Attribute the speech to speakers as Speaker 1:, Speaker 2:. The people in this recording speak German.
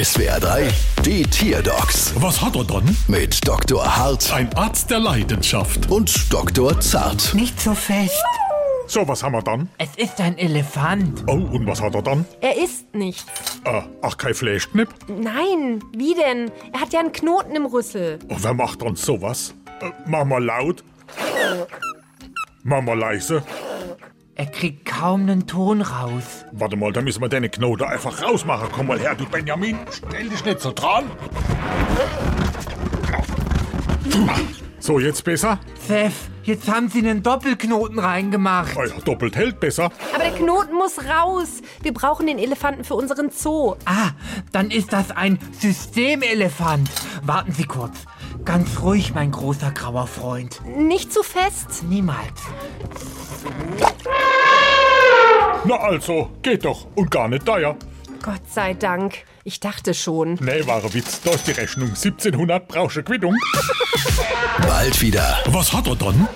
Speaker 1: SWR 3, die Tierdocs
Speaker 2: Was hat er dann?
Speaker 1: mit Dr. Hart
Speaker 2: Ein Arzt der Leidenschaft.
Speaker 1: und Dr. Zart.
Speaker 3: Nicht so fest.
Speaker 2: So, was haben wir dann?
Speaker 3: Es ist ein Elefant.
Speaker 2: Oh, und was hat er dann?
Speaker 4: Er isst nichts.
Speaker 2: Äh, ach, kein Fleischknipp?
Speaker 4: Nein, wie denn? Er hat ja einen Knoten im Rüssel.
Speaker 2: Oh, wer macht dann sowas? Äh, Mama laut? Mama leise?
Speaker 3: Er kriegt kaum einen Ton raus.
Speaker 2: Warte mal, da müssen wir deine Knoten einfach rausmachen. Komm mal her, du Benjamin. Stell dich nicht so dran. So, jetzt besser?
Speaker 3: Seth, jetzt haben sie einen Doppelknoten reingemacht.
Speaker 2: Ah ja, doppelt hält besser.
Speaker 4: Aber der Knoten muss raus. Wir brauchen den Elefanten für unseren Zoo.
Speaker 3: Ah, dann ist das ein Systemelefant. Warten Sie kurz. Ganz ruhig, mein großer grauer Freund.
Speaker 4: Nicht zu fest.
Speaker 3: Niemals.
Speaker 2: Na also, geht doch. Und gar nicht teuer.
Speaker 4: Gott sei Dank. Ich dachte schon.
Speaker 2: Nee, wahre Witz. Da ist die Rechnung. 1700 brauchst du Quittung.
Speaker 1: Bald wieder.
Speaker 2: Was hat er dann?